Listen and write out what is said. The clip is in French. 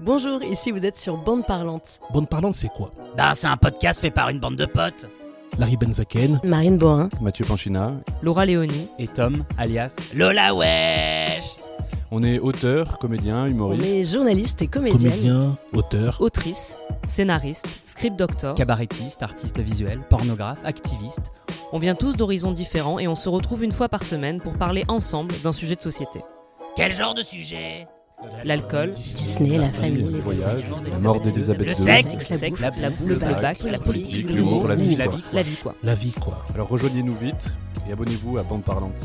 Bonjour, ici vous êtes sur Bande Parlante. Bande parlante, c'est quoi Bah, c'est un podcast fait par une bande de potes. Larry Benzaken, Marine Borin. Mathieu Panchina. Laura Léonie. Et Tom, alias. Lola Wesh On est auteur, comédien, On humoriste. est journaliste et comédienne. comédien, auteur. Autrice, scénariste, script doctor. Cabaretiste, artiste visuel, pornographe, activiste. On vient tous d'horizons différents et on se retrouve une fois par semaine pour parler ensemble d'un sujet de société. Quel genre de sujet L'alcool, Disney, la famille, les le voyage, voyages, la mort Le d'Elisabeth II. sexe, la la bouffe, bouffe, la, boule, le bac, bac, la politique, l'humour, la vie, la quoi. vie quoi. La vie, quoi. Alors rejoignez-nous vite et abonnez-vous à Bande Parlante.